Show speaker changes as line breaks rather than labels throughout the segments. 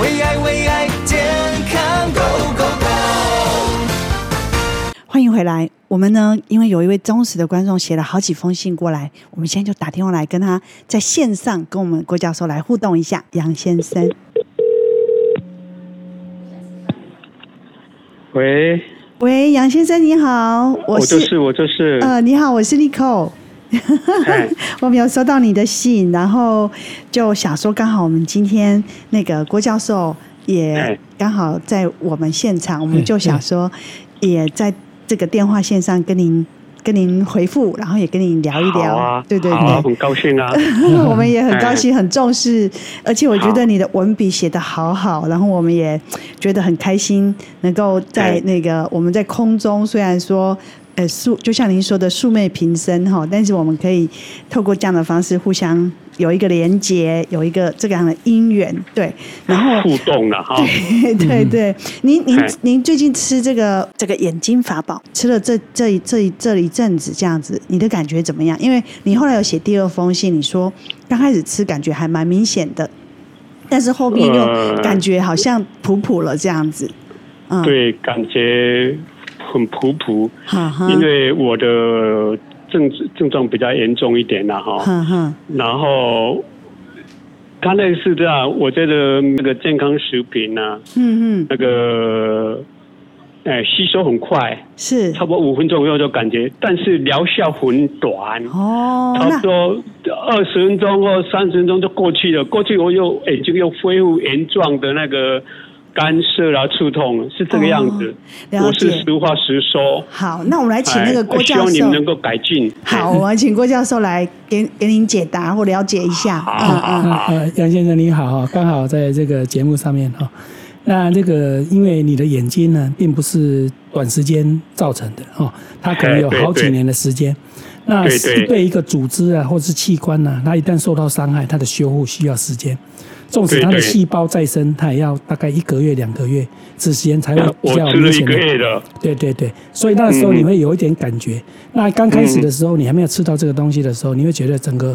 为爱为爱健康 Go Go
欢迎回来。我们呢，因为有一位忠实的观众写了好几封信过来，我们现在就打电话来跟他在线上跟我们郭教授来互动一下。杨先 生，
喂，
喂，杨先生你好，
我
我是
就是我就是，
呃， 你好，我是 Nico。
哎，
我们有收到你的信，然后就想说，刚好我们今天那个郭教授也
哎嗯
刚好在我们现场，我们就想说，也在这个电话线上跟您跟您回复，然后也跟您聊一聊，
好啊，
对对
好啊
对。
很高兴啊，
我们也很高兴，很重视，而且我觉得
好
你的文笔写得好好，然后我们也觉得很开心，能够在
哎
那个我们在空中，虽然说。呃，素就像您说的素昧平生哈，但是我们可以透过这样的方式互相有一个连接，有一个这样的姻缘，对。 然后
互动了哈，
对对，您您
哎
您最近吃这个这个眼睛法宝，吃了这这一这一这一阵子这样子，你的感觉怎么样？因为你后来有写第二封信，你说刚开始吃感觉还蛮明显的，但是后面又
呃
感觉好像普普了这样子。嗯，，
对，感觉很普普，
哈哈，
因为我的症症状比较严重一点了哈，
哈哈，
然后他那个是这样，我觉得那个健康食品呢、
嗯嗯，
那个。哎，吸收很快，
是
差不多五分钟左右就感觉，但是疗效很短。
哦，
差
那
不多二十分钟或三十分钟就过去了。过去我又眼睛又恢复原状的那个干涩啊、触痛，是这个样子。
哦了解
我是实话实说。
好，那我们来请那个
哎
郭
希
教
望你
授
们。能够改进。
好，我们请郭教授来给给您解答或了解一下。
好好
嗯嗯，
好
呃，杨先生你好哈，刚好在这个节目上面哈。那这个因为你的眼睛呢，并不是短时间造成的哈，它可能有
哎对
好几
对
年的时间。那
对对
是对一个组织啊，或是器官呢、它一旦受到伤害，它的修复需要时间。纵使
对
它的
对
细胞再生，它也要大概一个月、两个月，这时间才
哎
会比
我
较
吃
明
了一
显
个
的
月了，
对对对，所以那时候你会有一点感觉。那刚开始的时候，你还没有吃到这个东西的时候，你会觉得整个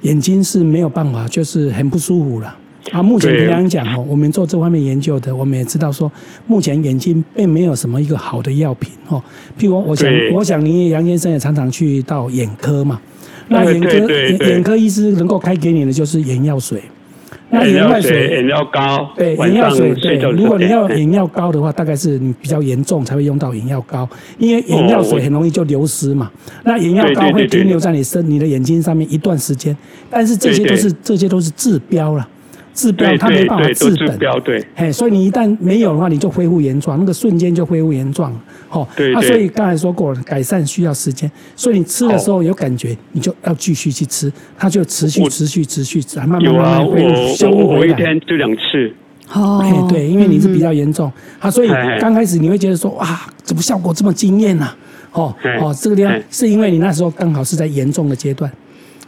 眼睛是没有办法，就是很不舒服了。啊，目前
对
平常讲哦，我们做这方面研究的，我们也知道说，目前眼睛并没有什么一个好的药品哦。譬如我想
对，
我想您杨先生也常常去到眼科嘛，那
对
眼科
对对
眼
对
眼科医师能够开给你的就是眼药水，那
眼
眼
药
药
哎水、
哎水
眼药膏，
对，
晚
眼药
上
水
睡
对，
觉的
如
时候
果你要
哎
眼药膏的话，大概是你比较严重才会用到眼药膏，因为眼药
哦
水
我
很容易就流失嘛。那眼药
对对
膏会
对对
停留在你身、你的眼睛上面一段时间，但是这些都
对对
是这些都是治标了，治标
对
它没
对
办法
对，都
治
治
本。
标对。
嘿，所以你一旦没有的话，你就恢复原状，那个瞬间就恢复原状了。哦，
对
啊，
对
所以刚才说过了，改善需要时间，所以你吃的时候有感觉，你就要继续去吃，它就持续
我
持续持续，慢慢慢
有啊，
慢
我
恢复修
我
复
我
回
一
来。
天就两次，
哦
哎，，对，因为你是
嗯
比较严重，啊，所以
哎哎
刚开始你会觉得说，哇，怎么效果这么惊艳呐？哦
哎
哦，这个地方
哎
是因为你那时候刚好是在严重的阶段，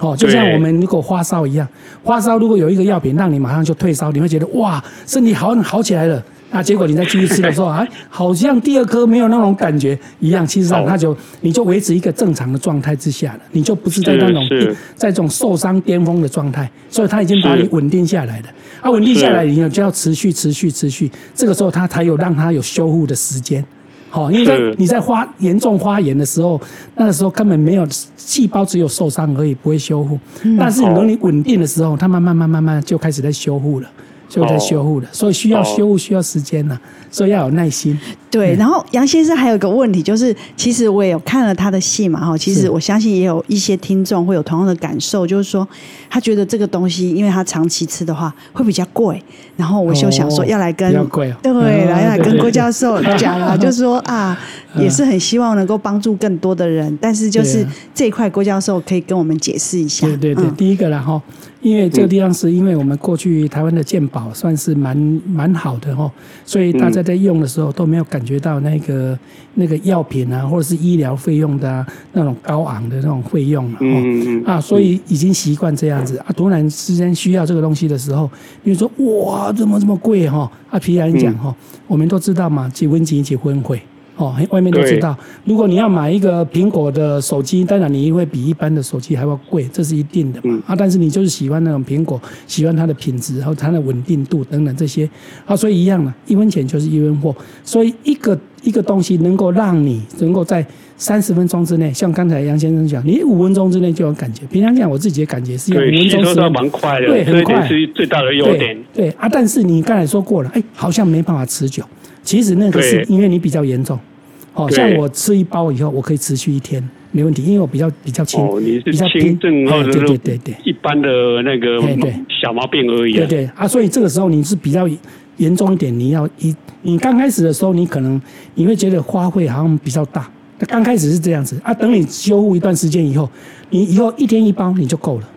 哦，就像
对
我们如果发烧一样，发烧如果有一个药品让你马上就退烧，你会觉得哇，身体好好起来了。那结果你再继续吃的时候，哎，好像第二颗没有那种感觉一样。其实上，
哦
它就你就维持一个正常的状态之下了，你就不是在
是
那种
是
在这种受伤巅峰的状态，所以它已经把
是
你稳定下来了。啊，稳定下来
是
你就要持续、持续、持续，这个时候它才有让它有修复的时间。好、因为在
是
你在发严重发炎的时候，那个时候根本没有细胞，只有受伤而已，不会修复。
嗯
但是等你稳定的时候，它慢慢、慢慢、慢慢就开始在修复了，就在
哦
修复了。所以需要
哦
修复需要时间呐、所以要有耐心。
对，然后杨先生还有一个问题，就是其实我也有看了他的戏嘛，哈，其实
是
我相信也有一些听众会有同样的感受，就是说他觉得这个东西，因为他长期吃的话会比较贵，然后我就想说
哦
要来跟、
比较贵哦
对，
嗯
来来
对
跟
对
郭
对
教授讲啊，就说啊，也是很希望能够帮助更多的人，但是就是
对啊
这一块郭教授可以跟我们解释一下，
对对对，
嗯
第一个啦哈，因为这个地方是因为我们过去台湾的健保算是蛮蛮好的哈，所以大家在用的时候都没有感觉到那个那个药品啊，或者是医疗费用的、啊、那种高昂的那种费用了、啊、
嗯嗯嗯
啊，所以已经习惯这样子啊。突然之间需要这个东西的时候，你说
嗯
哇，怎么这么贵哈？啊，皮然讲哈，我们都知道嘛，几分钱几分货。哦，哦，外面都
对
知道。如果你要买一个苹果的手机，当然你会比一般的手机还要贵，这是一定的嘛。
嗯
啊，但是你就是喜欢那种苹果，喜欢它的品质，然后它的稳定度等等这些啊，所以一样了，一分钱就是一分货。所以一个一个东西能够让你能够在三十分钟之内，像刚才杨先生讲，你五分钟之内就有感觉。平常讲我自己的感觉是要五
对，
分
吸
钟
收
十
到
分
蛮快的，
对，
这
很
一点
快。
是最大的优点。
对对啊，但是你刚才说过了，哎，好像没办法持久。其实那个
对
是因为你比较严重，哦，
对
像我吃一包以后，我可以持续一天，没问题，因为我比较比较轻，
哦，你是
比较
轻
轻
症或
哎
者
对对
是
对对
一般的那个
哎对
小毛病而已、
对
啊。
对啊，所以这个时候你是比较严重一点，你要一你刚开始的时候，你可能你会觉得花费好像比较大，那刚开始是这样子啊，等你修复一段时间以后，你以后一天一包你就够了，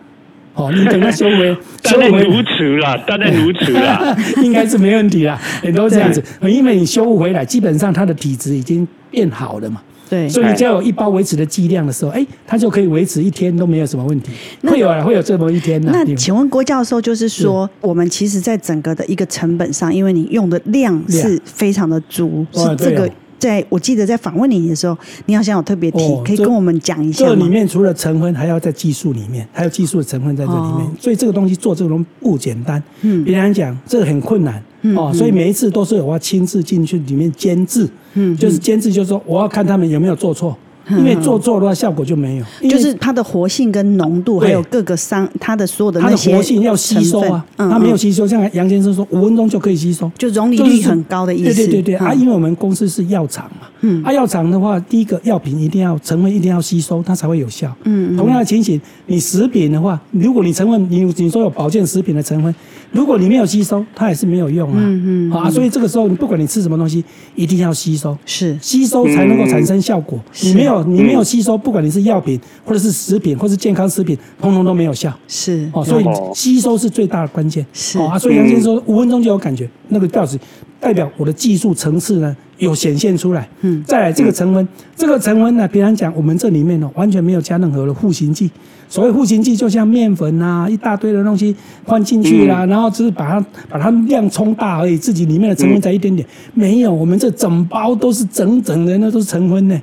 哦，你等它修 为修
当然
为
如此啦，当然如此啦。
应该是没问题啦，很多这样子，因为你修复回来，基本上它的体质已经变好了嘛，
对，
所以你只要有一包维持的剂量的时候，哎、它就可以维持一天都没有什么问题，
那
会有啊，会有这么一天的、
那
对
请问郭教授，就是说，
嗯
我们其实在整个的一个成本上，因为你用的量是非常的足，
哇
是这
对
个
哦。
在我记得在访问你的时候，你好像有特别提，
哦
可以
这
跟我们讲一下
这里
吗？
面除了成分，还要在技术里面，还有技术的成分在这里面，
哦
所以这个东西做这个东西不简单。
嗯
别人讲这个很困难。哦，所以每一次都是我要亲自进去里面监制，
嗯
就是监制，就是说我要看他们有没有做错，
嗯
因为做错的话效果就没有，因为
就是它的活性跟浓度，
对
还有各个商它的所有的
它
那
的
些
活性要吸收
成分
啊，
嗯
它没有
嗯
吸收，像杨先生说五分钟就可以吸收，
就容
利
忍率很高的意思
对对对对，
嗯
啊，因为我们公司是药厂嘛，
嗯
啊，药厂的话，第一个药品一定要成分一定要吸收，它才会有效。
嗯嗯
同样的情形，你食品的话，如果你成分你你说有保健食品的成分，如果你没有吸收，它也是没有用啊。
嗯嗯
啊，所以这个时候你不管你吃什么东西，一定要吸收。
是
吸收才能够产生效果。
嗯
你没有，你没有吸收，不管你是药品，或者是食品，或是健康食品，通通都没有效。
是
哦，所以
哦
吸收是最大的关键。
是
哦啊，所以杨先生说五分钟就有感觉，那个表示代表我的技术层次呢有显现出来。
嗯
再来这个成分，这个成分呢，别人讲我们这里面呢哦完全没有加任何的护形剂。所谓护形剂，就像面粉啊，一大堆的东西放进去啦、然后只是把它把它量冲大而已，自己里面的成分才一点点。没有，我们这整包都是整整的，那都是成分呢。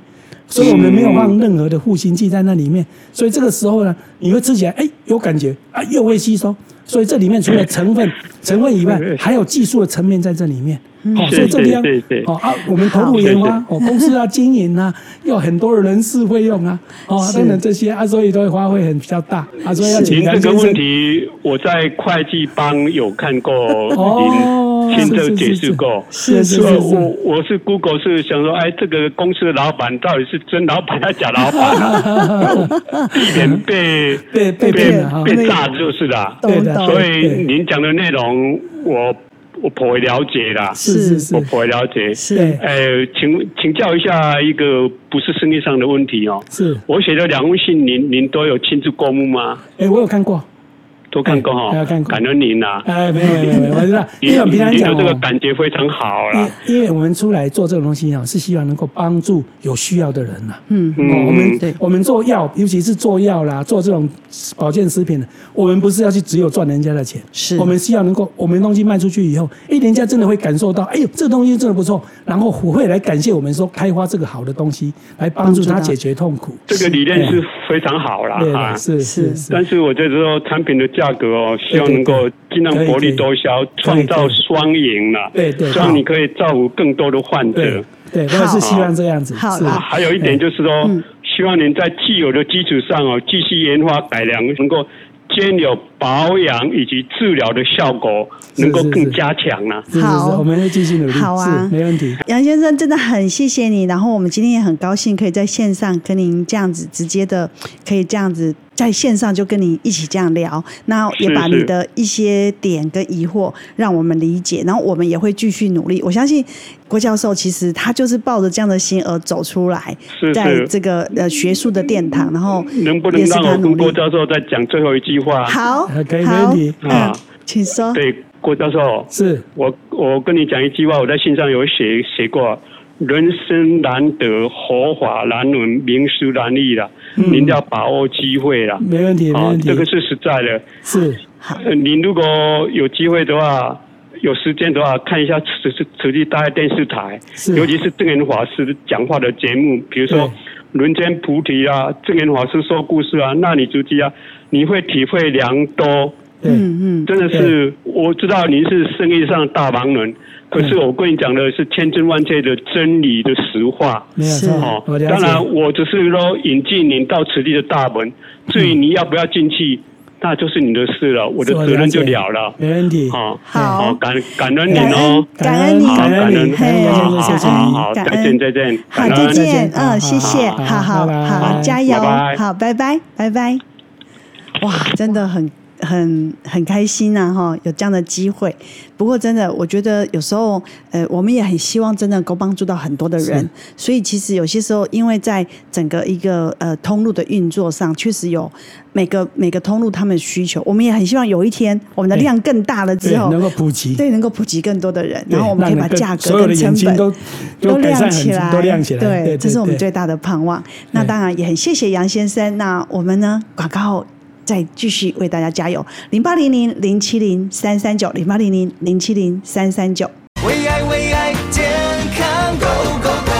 所以我们没有放任何的护心剂在那里面，所以这个时候呢，你会吃起来，哎，有感觉啊，又会吸收。所以这里面除了成分、成分以外，还有技术的层面在这里面。哦，所以这个地方
对对对
哦啊，我们投入研发，哦，公司啊经营啊，要很多的人事费用啊，哦
是
等等这些啊，所以都会花费很比较大啊， 所以要请
您
杨
这个问
先生。
题，我在会计帮有看过，
哦
您亲自解释过。
是是
所以
是
我
是，
我是 Google 是想说，哎，这个公司的老板到底是真老板还是假老板 啊？避免被
被被骗了哈
被被炸就是啦。
对
懂
的
懂
所以
对
您讲的内容，我我颇为了解啦，
是是是
我，颇为了解。
是
呃，请请教一下一个不是生意上的问题哦。
是，
我写的两封信，您您都有亲自过目吗？
哎，我有看过，
都看过哈、
哎有看过
感恩您呐、啊，
哎，没有没有没有，我知道，因为我们平常
您
讲
的这个
哦
感觉非常好啦。
因因为我们出来做这种东西啊，是希望能够帮助有需要的人呐、
嗯
哦我们
对
我们做药，尤其是做药啦，做这种保健食品的，我们不是要去只有赚人家的钱，
是
我们希望能够我们东西卖出去以后，哎，人家真的会感受到，哎呦，这东西真的不错，然后我会来感谢我们说开发这个好的东西，来帮助
帮助他
他解决痛苦。
这个理念是非常好啦
对
啊
的，。是是
是
是，
但是我觉得说产品的价格哦，希望
对对
能够尽量
可以
薄利
可以
多销，创造双赢啦。
对对
希望你可以照顾更多的患者
对。对，
好
我也是希望这样子。
好啊
是
啦
还有一点就是说，
嗯
希望您在既有的基础上哦，继续研发改良，能够兼有保养以及治疗的效果，
是
能够
是
更
是
加强啊啦。
是是是，
好
我们会继续努力。
好啊
是没问题。
杨先生，真的很谢谢你。然后我们今天也很高兴可以在线上跟您这样子直接的，可以这样子在线上就跟你一起这样聊。那也把
是是
你的一些点跟疑惑让我们理解，然后我们也会继续努力。我相信郭教授其实他就是抱着这样的心而走出来，
是是
在这个呃学术的殿堂，然后
能不能
也是
让
他
我
努
跟郭
力。
教授再讲最后一句话？
好，
呃可以没
好，
问题
嗯
啊，
请说。
对，郭教授，
是
我我跟你讲一句话，我在信上有写写过，人生难得，佛法难闻，名师难遇啦，
嗯
您要把握机会啦。
没问题，没
啊
问，题。
这个是实在的。
是
好，
呃您如果有机会的话，有时间的话看一下慈慈慈济大爱电视台
是，
尤其是正言法师讲话的节目，比如说
对。
轮间菩提啊，正言法师说故事啊，那你足迹啊，你会体会良多。
对，
嗯嗯，
真的是，我知道您是生意上的大忙人，可是我跟你讲的是千真万确的真理的实话。
没有
是
错
哦，
我，了
当然
解。
我只是说引进您到此地的大门，至于你要不要进去，那就是你的事了，我的
是我
责任
解
就了了。哦
没问题。
好，
好
好，感感恩您
感
哦
恩，感恩你，
好
感
感
恩你，
恩
感
嘿
恩
好
你，
好
谢谢
好
你。
好，
感
再
恩
见再见，
好，
感
再
恩。
见，
好
嗯，谢谢，
好
好好
拜拜
好，加油
拜，拜
好，拜拜，拜拜。哇，真的很很很开心呐，哈，有这样的机会。不过真的，我觉得有时候，呃，我们也很希望真的能够帮助到很多的人
是，
所以其实有些时候，因为在整个一个呃通路的运作上，确实有每个每个通路他们的需求，我们也很希望有一天我们的
对
量更大了之
对，
后，
能够普及。
对，能够普及更多的人，
对
然后我们可以把
让人更
价格
所有的
跟成
眼睛
本
都都改
亮
善
起
很
来，
多亮起来对
对，
对
这是我们
对
最大的盼望。那当然也很谢谢杨先生。那我们呢，广告后再继续为大家加油，零八零零零七零三三九，零八零零零七零三三九。
为爱为爱健康 Go Go Go，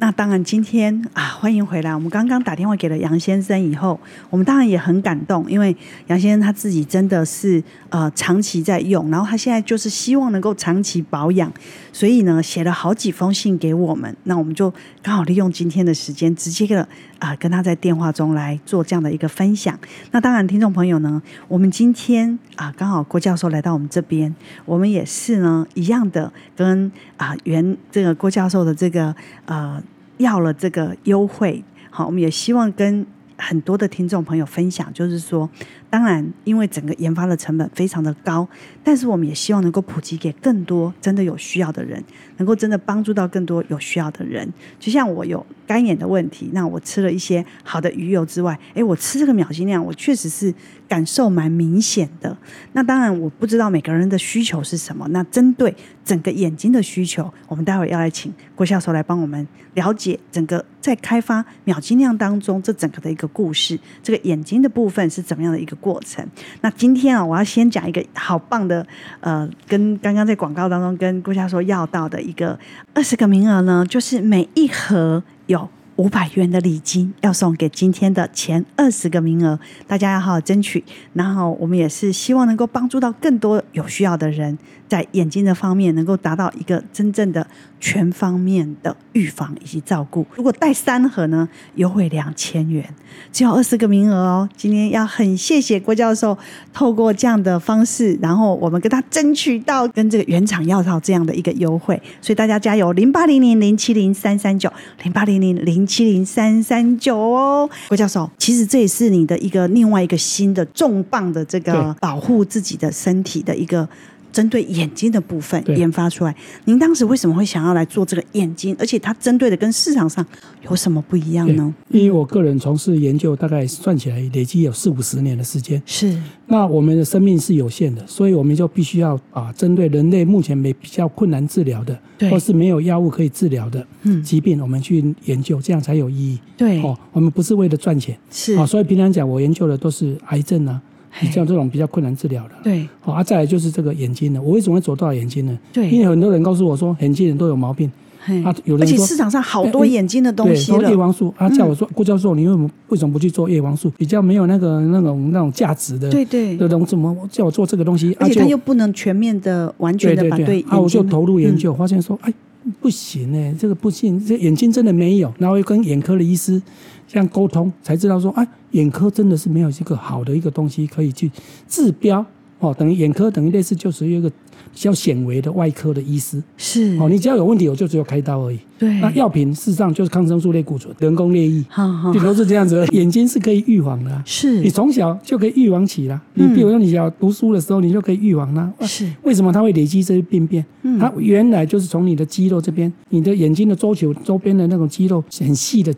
那当然，今天啊，欢迎回来。我们刚刚打电话给了杨先生以后，我们当然也很感动，因为杨先生他自己真的是呃长期在用，然后他现在就是希望能够长期保养，所以呢写了好几封信给我们。那我们就刚好利用今天的时间，直接的啊、跟他在电话中来做这样的一个分享。那当然，听众朋友呢，我们今天啊、刚好郭教授来到我们这边，我们也是呢一样的跟啊、原这个郭教授的这个呃。要了这个优惠，好，我们也希望跟很多的听众朋友分享，就是说，当然，因为整个研发的成本非常的高，但是我们也希望能够普及给更多真的有需要的人，能够真的帮助到更多有需要的人。就像我有干眼的问题，那我吃了一些好的鱼油之外，诶，我吃这个秒精量，我确实是感受蛮明显的。那当然，我不知道每个人的需求是什么。那针对整个眼睛的需求，我们待会要来请郭教授来帮我们了解整个在开发秒精量当中这整个的一个故事，这个眼睛的部分是怎么样的一个过程。那今天啊，我要先讲一个好棒的，呃，跟刚刚在广告当中跟郭教授要到的一个二十个名额呢，就是每一盒有五百元的礼金要送给今天的前二十个名额，大家要好好争取。然后我们也是希望能够帮助到更多有需要的人，在眼睛的方面能够达到一个真正的全方面的预防以及照顾。如果带三盒呢，优惠两千元，只有二十个名额哦。今天要很谢谢郭教授，透过这样的方式，然后我们跟他争取到跟这个原厂要到这样的一个优惠，所以大家加油，零八零零零七零三三九，零八零零零七零三三九哦。郭教授，其实这也是你的一个另外一个新的重磅的这
对
个保护自己的身体的一个。针对眼睛的部分
对
研发出来，您当时为什么会想要来做这个眼睛？而且它针对的跟市场上有什么不一样呢？
因为我个人从事研究，大概算起来累积有四五十年的时间。
是
那我们的生命是有限的，所以我们就必须要啊，针对人类目前没比较困难治疗的
对，
或是没有药物可以治疗的
嗯
疾病，我们去研究，这样才有意义。
对
哦，我们不是为了赚钱
是
啊，所以平常讲我研究的都是癌症啊，
嘿
比较这种比较困难治疗的。
对
好、啊，再来就是这个眼睛了。我为什么会走到眼睛呢？
对
因为很多人告诉我说，眼睛人都有毛病，
嘿
啊有人
而且
说哎
市场上好多眼睛的东西
对，说叶
了，嗯
黄素啊，叫我说、郭教授，你为什么为什么不去做叶黄素？比较没有那个那种那种价值的，
对对
的东西，怎么叫我做这个东西？
而且它
啊就
又不能全面的、完全
对
的嗯
对
把
对，
眼
啊，我就
睛
投入研究，发现说，哎，不行呢、这个不行，这眼睛真的没有。然后又跟眼科的医师这样沟通，才知道说，哎，眼科真的是没有一个好的一个东西可以去治标哦，等于眼科等于类似就属于一个比较显微的外科的医师
是
哦，你只要有问题，我就只有开刀而已。
对
那药品事实上就是抗生素类固醇、人工泪液，
嗯好好
顶多是这样子而已。眼睛是可以预防的啊、
是
你从小就可以预防起啦。你比如说你小读书的时候，你就可以预防啦。
嗯是嗯
为什么它会累积这些病变？它原来就是从你的肌肉这边，你的眼睛的周球周边的那种肌肉很细的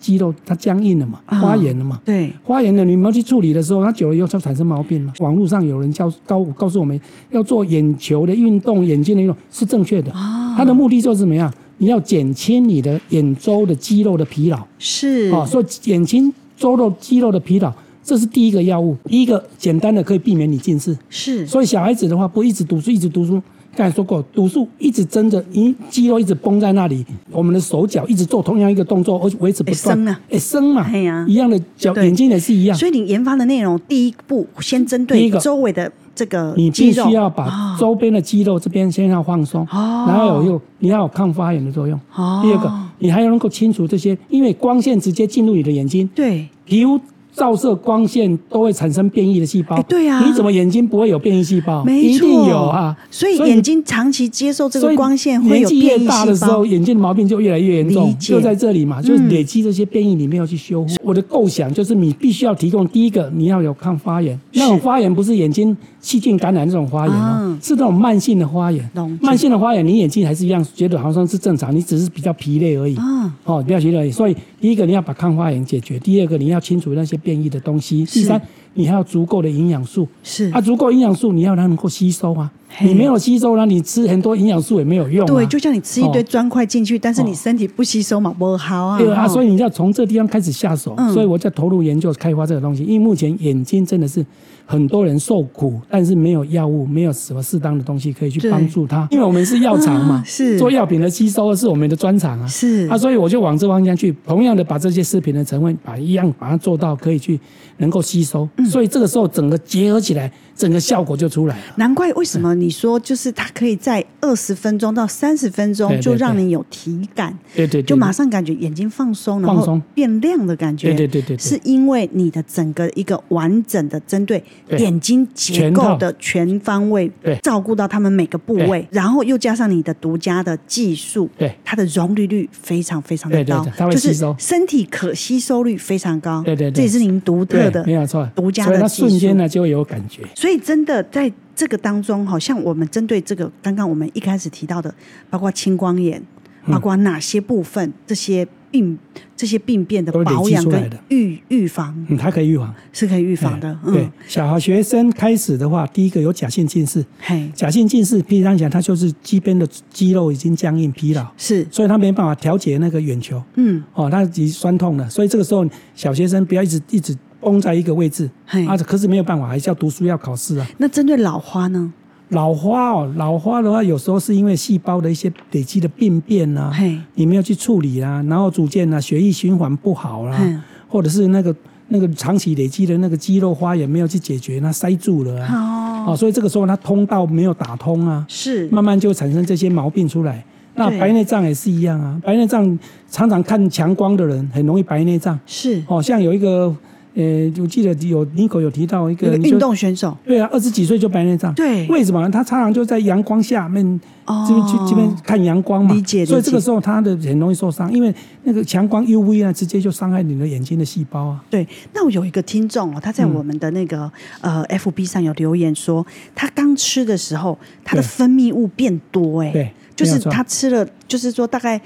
肌肉，它僵硬了嘛，
啊
发炎了嘛。
对
花园的你们去处理的时候，它久了以后就产生毛病了。网络上有人教告告诉我们要做眼球的运动、眼睛的运动是正确的，
啊
它的目的就是怎么样？你要减轻你的眼周的肌肉的疲劳
是
哦啊，所以减轻周肉肌肉的疲劳这是第一个药物，第一个简单的可以避免你近视。
是，
所以小孩子的话，不一直读书，一直读书。刚才说过，读书一直睁着，你肌肉一直绷在那里，我们的手脚一直做同样一个动作，而维持不
会生
断
啊，
哎生嘛，
哎呀
一样的脚，
对
眼睛也是一样。
所以你研发的内容第一步先针
第
对
一个
周围的这个
你
肌
必
肉，啊
须要把周边的肌肉这边先要放松，
哦
然后有有你要有抗发炎的作用。
哦
第二个，你还要能够清除这些，因为光线直接进入你的眼睛，
对
皮肤照射光线都会产生变异的细胞。
哎对啊
你怎么眼睛不会有变异细胞？
没错，
哦一定有啊。
所以眼睛长期接受这
所
个
以
光线会有
年纪
变
越
异
大的时
细
候，
胞。
眼睛的毛病就越来越严
理
重，
解嗯
就在这里嘛，就是累积这些变异，你没有去修复。我的构想就是，你必须要提供第一个，你要有抗发炎，那种发炎不是眼睛细菌感染这种发炎哦，
嗯
是那种慢性的发炎
懂。
慢性的发炎，你眼睛还是一样觉得好像是正常，你只是比较疲累而已。
嗯
哦，比较疲累而已。所以第一个你要把抗发炎解决，第二个你要清除那些变异的东西，第
是
三你还要足够的营养素。
是
啊，足够营养素你要让它能够吸收啊，
嘿
你没有吸收，那你吃很多营养素也没有用、啊。
对，就像你吃一堆
哦
砖块进去，但是你身体不吸收嘛，不好啊。
对啊，
哦
所以你要从这地方开始下手，
嗯
所以我在投入研究开发这个东西，因为目前眼睛真的是很多人受苦，但是没有药物，没有什么适当的东西可以去
对
帮助他，因为我们是药厂嘛
啊，嗯 是
做药品的吸收是我们的专长啊，
是
啊，所以我就往这方向去，同样的把这些食品的成分，把一样把它做到可以去能够吸收，
嗯
所以这个时候整个结合起来，整个效果就出来了。
难怪为什么你说就是它可以在二十分钟到三十分
对
钟
对
就让你有体感，
对对对，
就马上感觉眼睛放松，然
放
后
松
变亮的感觉。
对对对对对
是因为你的整个一个完整的针对
对
眼睛结
全
构
套
的全方位
对
照顾到他们每个部位，然后又加上你的独家的技术，
对
它的容率率非常非常的
对对
高，
对它会
就是
吸收
身体可吸收率非常高。
对对对
这也是您独特
对
的，
没有错，
独家
所以
的
它
技术。
瞬间呢就会有感觉。
所以真的在这个当中，好像我们针对这个刚刚我们一开始提到的，包括青光眼，
嗯
包括哪些部分这些病这些病变的
都累积
保养
出来
跟
的
预预防
嗯，它可以预防。
是可以预防的
哎。对
嗯，，
小学生开始的话，第一个有假性近视。
嘿，
假性近视，平常讲它就是肌边的肌肉已经僵硬疲劳，
是，
所以它没办法调节那个眼球，
嗯，
哦，它已经酸痛了。所以这个时候，小学生不要一直一直绷在一个位置
嘿，
啊，可是没有办法，还是要读书要考试啊。
那针对老花呢？
老花哦，老花的话，有时候是因为细胞的一些累积的病变啊呐、
嘿
你没有去处理啦、然后组件呐、啊血液循环不好啦、
嗯
或者是那个那个长期累积的那个肌肉花也没有去解决，那塞住了、啊，
哦，
哦，所以这个时候它通道没有打通啊，
是，
慢慢就产生这些毛病出来。那
对
白内障也是一样啊，白内障常常看强光的人很容易白内障。
是，
哦，像有一个，呃，我记得有 n i c o 有提到一
有
个
个
你就
运动选手，
对啊，二十几岁就白内障。
对
为什么？他常常就在阳光下面，
哦
这边去这边看阳光嘛，
理解
所以
理解
这个时候他的很容易受伤，因为那个强光 UV 啊，直接就伤害你的眼睛的细胞啊。
对，那我有一个听众哦，他
嗯
在我们的那个、呃 FB 上有留言说，他刚吃的时候，他的
对
分泌物变多哎，
对
就是
没有错
他吃了，就是说大概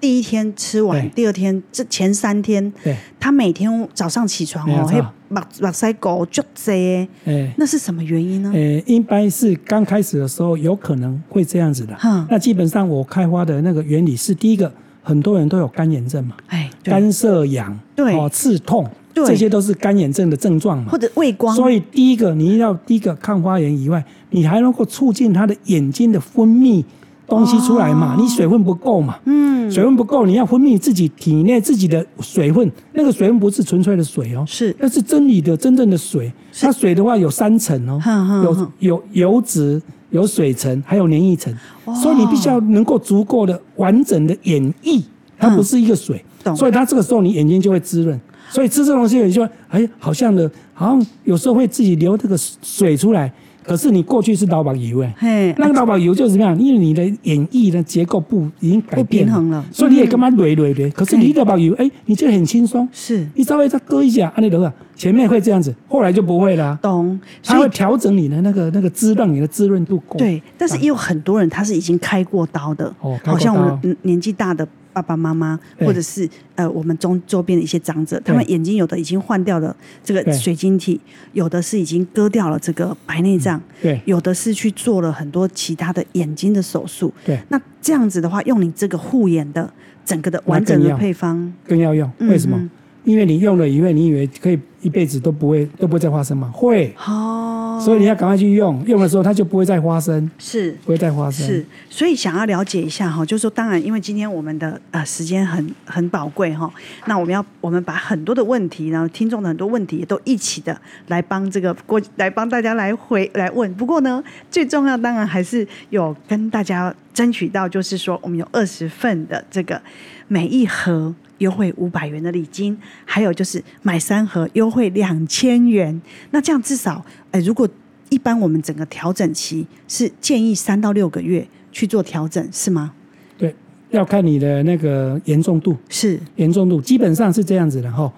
第一天吃完，
对
第二天这前三天，
对
他每天早上起床
没
哦，
有
嘿
错，
目目塞狗就这，
哎、
那是什么原因呢？
呃，一般是刚开始的时候有可能会这样子的
哼。
那基本上我开发的那个原理是，第一个，很多人都有干眼症嘛，
哎，对，
干涩痒，
对
哦，刺痛，
对
这些都是干眼症的症状嘛
或。者畏光，
所以第一个，你要第一个抗发炎以外，你还能够促进他的眼睛的分泌东西出来嘛？你水分不够嘛？
哦嗯，
水分不够，你要分泌自己体内自己的水分，那个水分不是纯粹的水哦，
是
那是真理的真正的水。它水的话有三层哦
哼哼，哼
有有油脂、有水层，还有黏液层，
哦
所以你必须要能够足够的完整的演绎，
嗯
它不是一个水
懂，
所以它这个时候你眼睛就会滋润。所以吃这种东西，你就会哎，好像的，好像有时候会自己流这个水出来。可是你过去是老板油哎，
嘿，
那个老板油就是怎么样？因为你的演绎的结构不已经改变
不平衡了
所以你也干嘛累累累？可是你
嗯
老板油，哎，你就很轻松，
是
你稍微再割一下，安利得啊，前面会这样子，后来就不会啦。
懂，
它
所
会
以。
调整你的那个那个滋，让你的滋润度够。
对，但是也有很多人他是已经开过刀的，
哦开过
好像我
刀
们嗯年纪大的爸爸妈妈，
对
或者是呃我们中周边的一些长者，他们眼睛有的已经换掉了这个
对
水晶体，有的是已经割掉了这个白内障，
嗯对
有的是去做了很多其他的眼睛的手术。
对
那这样子的话，用你这个护眼的整个的
那
完整
更
的
要
配方，
更要用。为什么？
嗯
因为你用了以后，你以为可以一辈子都不会都不会再发生吗？会，
哦，
所以你要赶快去用，用的时候它就不会再发生，
是
不会再发生。
是，，所以想要了解一下哈，就是说，当然，因为今天我们的呃时间很很宝贵哈，那我们要我们把很多的问题，然后听众的很多问题也都一起的来帮这个过来帮大家来回来问。不过呢，最重要当然还是有跟大家争取到，就是说我们有二十份的这个每一盒。优惠五百元的礼金，还有就是买三盒优惠两千元，那这样至少，哎、如果一般我们整个调整期是建议三到六个月去做调整，是吗？
对，要看你的那个严重度，
是
严重度基本上是这样子的哈，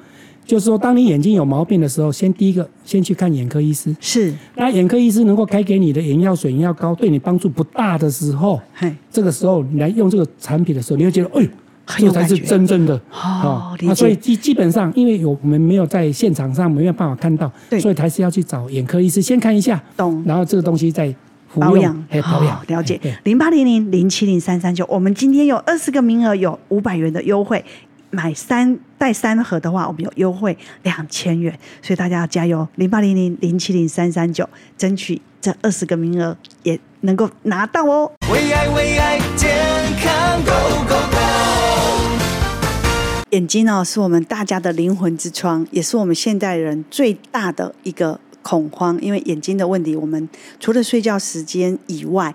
就是说当你眼睛有毛病的时候，先第一个先去看眼科医师。
是，
那眼科医师能够开给你的眼药水、眼药膏对你帮助不大的时候，
嘿，
这个时候你来用这个产品的时候，你会觉得，哎呦，
很
这
有
才
感
是
觉
真正的
哦
啊
理解
所以基基本上，因为有我们没有在现场上没有办法看到
对，
所以还是要去找眼科医师先看一下，
懂
然后这个东西再服
保
用
养，，
哎，保养
哦，了解
哎对。
零八零零零七零三三九，我们今天有二十个名额，有五百元的优惠。买三带三盒的话，我们有优惠两千元，所以大家要加油！零八零零零七零三三九，争取这二十个名额也能够拿到哦。
为爱为爱健康 Go Go Go，
眼睛哦，是我们大家的灵魂之窗，也是我们现代人最大的一个恐慌。因为眼睛的问题，我们除了睡觉时间以外，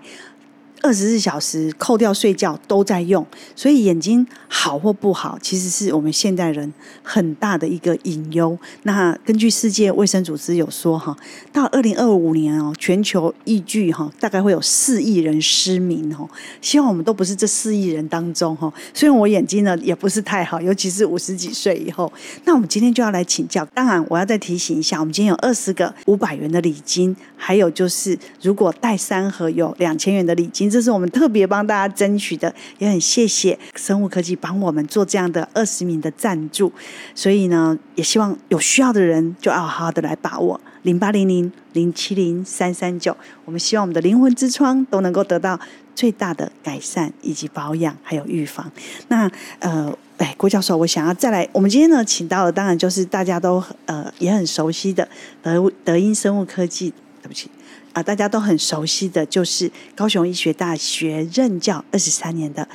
二十四小时扣掉睡觉都在用，所以眼睛好或不好，其实是我们现代人很大的一个隐忧。那根据世界卫生组织有说哈，到二零二五年哦，全球依据哈，大概会有四亿人失明哦。希望我们都不是这四亿人当中哈。虽然我眼睛呢也不是太好，尤其是五十几岁以后，那我们今天就要来请教。当然，我要再提醒一下，我们今天有二十个五百元的礼金，还有就是如果带三盒有两千元的礼金，这是我们特别帮大家争取的，也很谢谢生物科技帮我们做这样的二十名的赞助。所以呢，也希望有需要的人就要好好的来把握。零八零零零七零三三九。我们希望我们的灵魂之窗都能够得到最大的改善以及保养，还有预防。那呃。哎，郭教授，我想要再来。我们今天呢，请到的当然就是大家都呃也很熟悉的德德英生物科技，对不起啊、大家都很熟悉的就是高雄医学大学任教二十三年的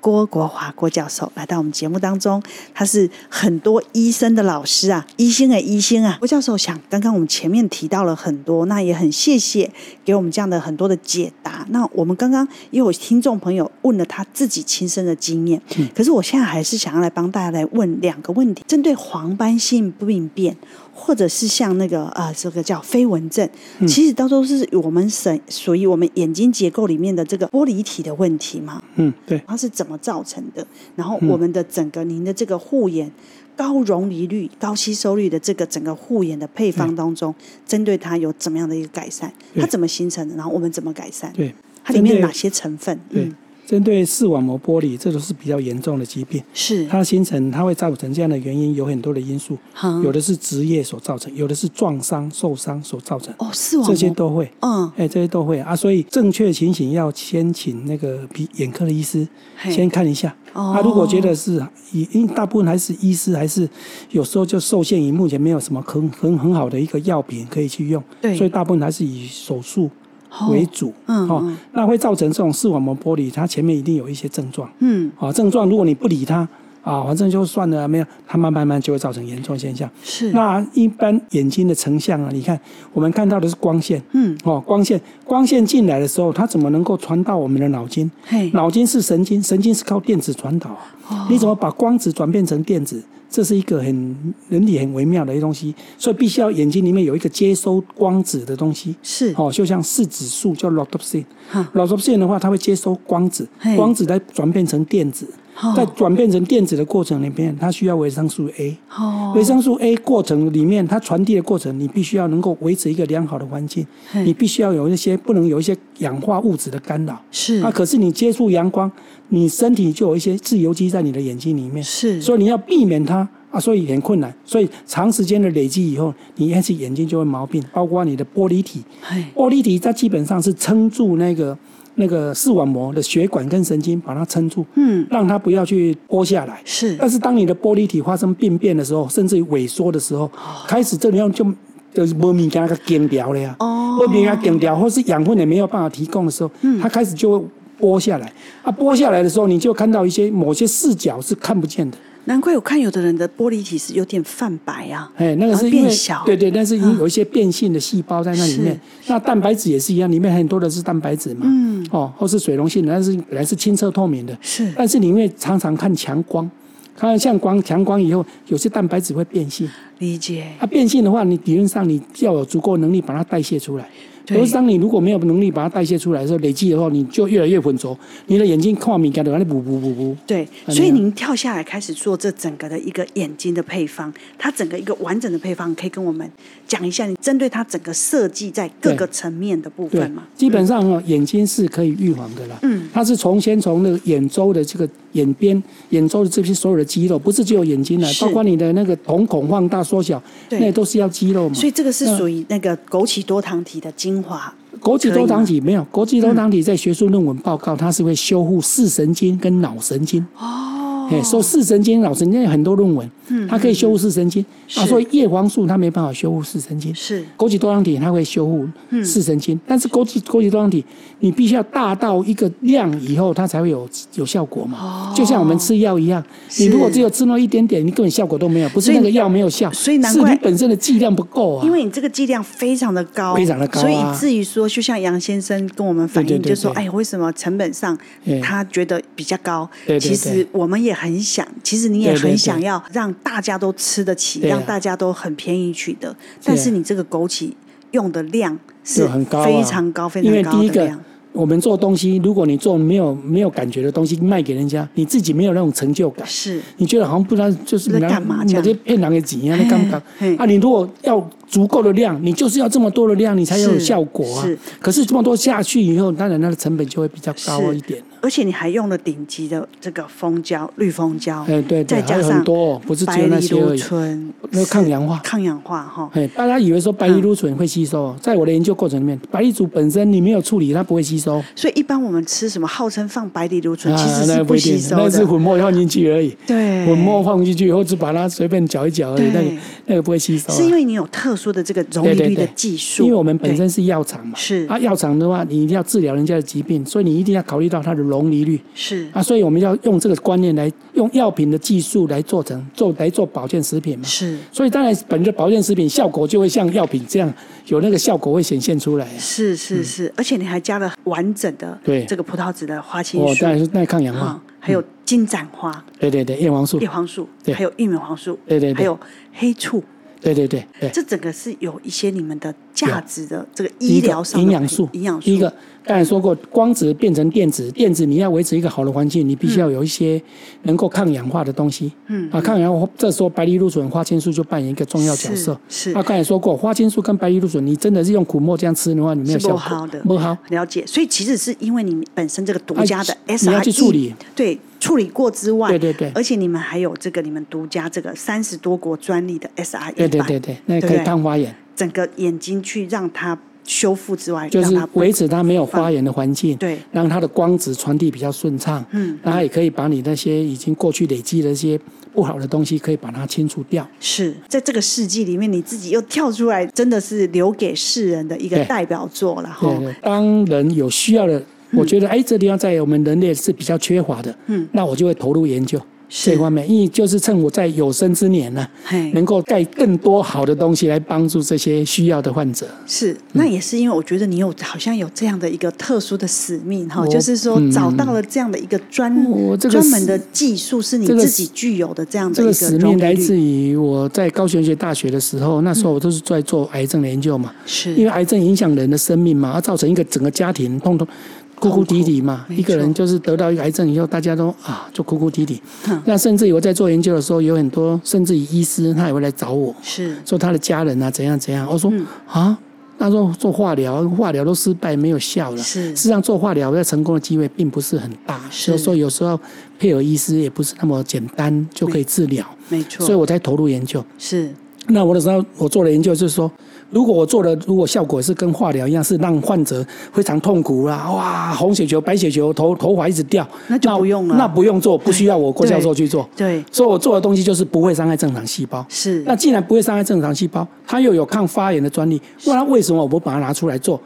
郭国华郭教授来到我们节目当中，他是很多医生的老师啊，医生的医生啊。郭教授想，刚刚我们前面提到了很多，那也很谢谢给我们这样的很多的解答。那我们刚刚也有听众朋友问了他自己亲身的经验，可是我现在还是想要来帮大家来问两个问题，针对黄斑性病变。或者是像那个啊、呃这个叫飞蚊症，
嗯
其实都都是我们省属于我们眼睛结构里面的这个玻璃体的问题嘛。
嗯，对。
它是怎么造成的？
嗯
然后我们的整个您的这个护眼高容离率、高吸收率的这个整个护眼的配方当中，针对它有怎么样的一个改善？
嗯对
它怎么形成的？然后我们怎么改善？
对，
它里面有
针对
哪些成分？
对
嗯，，
针对视网膜剥离，这都是比较严重的疾病。
是
它形成，它会造成这样的原因有很多的因素，
好
有的是职业所造成，有的是撞伤、受伤所造成，
哦，视网膜
这些都会。
嗯
哎，这些都会啊，所以正确情形要先请那个皮眼科的医师
嘿
先看一下。啊
哦
他如果觉得是，因因为大部分还是医师，还是有时候就受限于目前没有什么很很很好的一个药品可以去用，
对
所以大部分还是以手术
哦
为主。
嗯嗯
那会造成这种视网膜剥离，它前面一定有一些症状。
嗯
啊，症状如果你不理它啊，反正就算了，没有，它慢慢慢就会造成严重现象。
是
那一般眼睛的成像啊，你看我们看到的是光线，
嗯
哦，光线，光线进来的时候，它怎么能够传到我们的脑筋？
嘿哦
脑筋是神经，神经是靠电子传导啊、你怎么把光子转变成电子？这是一个很人体很微妙的一个东西，所以必须要眼睛里面有一个接收光子的东西。
是
哦，就像视紫素叫 rhodopsin，
哈
rhodopsin 的话，它会接收光子
嘿，
光子再转变成电子
哦，
在转变成电子的过程里面，它需要维生素 A。
哦
维生素 A 过程里面，它传递的过程，你必须要能够维持一个良好的环境
嘿，
你必须要有一些不能有一些氧化物质的干扰。
是
啊，可是你接触阳光，你身体就有一些自由基在你的眼睛里面，
是
所以你要避免它啊，所以很困难。所以长时间的累积以后，你开始眼睛就会毛病，包括你的玻璃体，
嘿
玻璃体它基本上是撑住那个那个视网膜的血管跟神经把它撑住，
嗯
让它不要去剥下来。
是
但是当你的玻璃体发生病变的时候，甚至于萎缩的时候，开始这地方就就是没物件给它减掉了呀，
哦嗯
没物件给它减掉，或是养分也没有办法提供的时候，它开始就会剥下来。啊，剥下来的时候，你就看到一些某些视角是看不见的。
难怪我看有的人的玻璃体是有点泛白啊，
哎，那个
然后
是因为
变小，啊
对对，但是有一些变性的细胞在那里面。那蛋白质也是一样，里面很多的是蛋白质嘛，嗯，哦，或是水溶性的，但是本来是清澈透明的，
是
但是你因为常常看强光，看到像光强光以后，有些蛋白质会变性。
理解，
它、变性的话，你理论上你要有足够能力把它代谢出来。
对
可是当你如果没有能力把它代谢出来的时候，累积以后你就越来越浑浊，你的眼睛看敏感的，那补补补补。
对，
啊
所以
你
您跳下来开始做这整个的一个眼睛的配方，它整个一个完整的配方，可以跟我们讲一下你针对它整个设计在各个层面的部
对
分吗？，
基本上哦，眼睛是可以预防的啦。
嗯，
它是从先从那个眼周的这个眼边、眼周的这些所有的肌肉，不是只有眼睛啦，
是
包括你的那个瞳孔放大、缩小，
对
那都是要肌肉嘛。
所以这个是
那
属于那个枸杞多糖体的精华，
国际多糖体没
啊
有，国际多
嗯
糖体在学术论文报告，它是会修护视神经跟脑神经。哦，哎，说视神经、脑神经有很多论文，它可以修护视神经。
嗯是
啊，所以叶黄素它没办法修护视神经，
是
枸杞多糖体它会修护
嗯
视神经，但是枸杞枸杞多糖体你必须要大到一个量以后，它才会有有效果嘛。就像我们吃药一样，你
哦是
如果只有吃那么一点点，你根本效果都没有，不是
所以
那个
你
药没有效，
所以难
是
怪
你本身的剂量不够啊。
因为你这个剂量非常的高，
非常的高啊
所以以至于说，就像杨先生跟我们反映，
对对对
就说，
对
哎，为什么成本上
嗯
他觉得比较高？
对对对
其实我们也很想，其实你也
对对
很
对
想要让大家都吃得起，
对啊啊
让大家都很便宜取得，但是你这个枸杞用的量是
就很高、啊，
非常高、非
因为
常
第
高
一
的
个
量。，
我们做东西，如果你做没有没有感觉的东西卖给人家，你自己没有那种成就感，
是
你觉得好像不知道就是
在干嘛这样
这骗人的钱一样，那干不干
嘿嘿？
啊，你如果要足够的量，你就是要这么多的量，你才有
是
效果啊
是。
可是这么多下去以后，当然它的成本就会比较高
是
一点。
而且你还用了顶级的这个蜂胶、绿蜂胶，
哎对对
再
还
加
有
上
很多哦不是只
白
有那
藜
些
芦
而已
醇，
那个抗氧化
抗氧化哈，
哎，大家以为说白藜芦醇会吸收，啊
嗯
在我的研究过程里面，白藜芦本身你没有处理，它不会吸收。
所以一般我们吃什么号称放白藜芦醇，其实
啊
是
那
不
一定
吸收
那是
的。
混末放进去而已。
对
混末放进去以后，只把它随便搅一搅而已，
对
那个那个不会吸收啊、
是因为你有特殊的这个溶
对
离
对
率
对
的技术，
因为我们本
对
身是药厂嘛，
是
啊，药厂的话，你一定要治疗人家的疾病，所以你一定要考虑到它的容离率
是
啊，所以我们要用这个观念来用药品的技术来做成做来做保健食品嘛。
是
所以当然，本着保健食品效果就会像药品这样有那个效果会显现出来、啊。
是是是，而且你还加了完整的
对
这个葡萄籽的花青
哦，
素
当然是耐抗氧化
啊，，还有金盏花、
对对对，叶黄素
叶，黄素，
对
还有玉米黄素，
对对对
还有黑醋，
对对对对。
这整个是有一些你们的价值的这个
第
医
一个
疗上的
营养素，
营养素
第一个刚才说过，光子变成电子，电子你要维持一个好的环境，你必须要有一些能够抗氧化的东西。
嗯
啊，抗氧化，这时候白藜芦醇、花青素就扮演一个重要角色。
是是
啊，刚才说过，花青素跟白藜芦醇，你真的是用苦末这样吃的话，你没有
是
效
不
果，
好的，
不好。
了解。所以其实是因为你们本身这个独家的
哎
SRE，、
你要去处理
对处理过之外，
对对对
而且你们还有这个你们独家这个三十多国专利的 SRE
对对
版
对对，
对
那可以
不对
抗花眼，
整个眼睛去让它修复之外，
就是
让它不
维持它没有花眼的环境，
对
让它的光子传递比较顺畅。
嗯，
那它也可以把你那些已经过去累积的一些不好的东西，可以把它清除掉。
是在这个世纪里面，你自己又跳出来，真的是留给世人的一个
对
代表作了哈
对。对，哦当人有需要的，我觉得哎，这地方在我们人类是比较缺乏的，
嗯
那我就会投入研究
是
这方面，因为就是趁我在有生之年呢、
嘿
能够带更多好的东西来帮助这些需要的患者。
是，
嗯
那也是因为我觉得你有好像有这样的一个特殊的使命哈，
我
就是说
嗯
找到了这样的一个专、
我这个
专门
使
的技术，是你
这个
自
使
己具有的这样的
这
一
个
个
使
容
命
忍
来
力
自于我在高雄学大学的时候，那时候我都是在做癌症的研究嘛，
是
因为癌症影响人的生命嘛，它啊造成一个整个家庭痛痛。哭哭啼啼嘛，
痛苦
一个
没错
人就是得到一个癌症以后，大家都啊就哭哭啼啼
哼。
那甚至我在做研究的时候，有很多甚至于医师他也会来找我，
是
说他的家人啊怎样怎样。我
嗯
说、啊，那时候做化疗，化疗都失败没有效了。
是
事实上做化疗要成功的机会并不是很大，
是
所以说有时候配合医师也不是那么简单就可以治疗，
没
所以
错，
我才投入研究。
是
那我的时候，我做了研究，就是说，如果我做的如果效果是跟化疗一样，是让患者非常痛苦啦，哇，红血球、白血球、头头发一直掉，
那就不用了
那不用做，不需要我郭教授去做。
对对
所以我做的东西就是不会伤害正常细胞。
是
那既然不会伤害正常细胞，它又有抗发炎的专利，不然为什么我不把它拿出来做？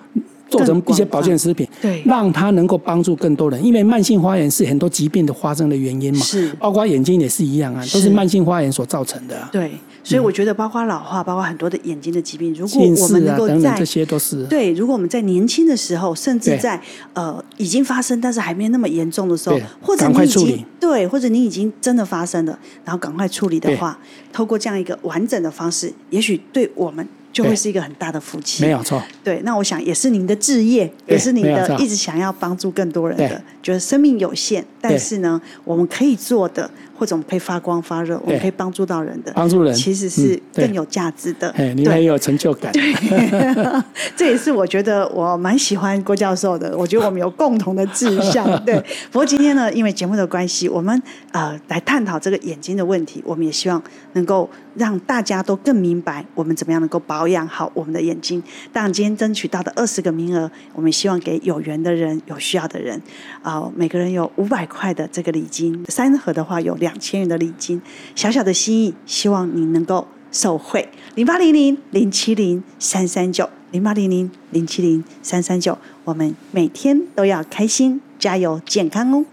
做成一些保健食品，
更广泛对
让它能够帮助更多人，因为慢性发炎是很多疾病的发生的原因嘛，
是
包括眼睛也是一样啊，都
是
是慢性发炎所造成的、啊。
对，所以我觉得包括老化，包括很多的眼睛的疾病，如果
近
我们
视
能
啊
够
等
在
等，这些都是。
对，如果我们在年轻的时候，甚至
对
在呃已经发生但是还没那么严重的时候
对，
或者
赶
你
快
已
处
经
理
对，或者你已经真的发生了，然后赶快处理的
对
话，透过这样一个完整的方式，也许对我们就会
对
是一个很大的福气。
没有错，
对，那我想也是您的置业，
对
也是您
没有
的
错
一直想要帮助更多人的
对，
觉得生命有限，但
对
是呢，我们可以做的，或者我们可以发光发热，我们
对
可以帮助到人的，
帮助人
其实是
嗯对
更有价值的。
哎，你
对
很有成就感。
这也是我觉得我蛮喜欢郭教授的，我觉得我们有共同的志向。对，不过今天呢，因为节目的关系，我们呃来探讨这个眼睛的问题，我们也希望能够让大家都更明白我们怎么样能够保养好我们的眼睛。当然，今天争取到的二十个名额，我们希望给有缘的人、有需要的人，啊、每个人有五百块的这个礼金，三盒的话有两千元的礼金，小小的心意，希望你能够。受惠零八零零零七零三三九零八零零零七零三三九，我们每天都要开心，加油，健康哦！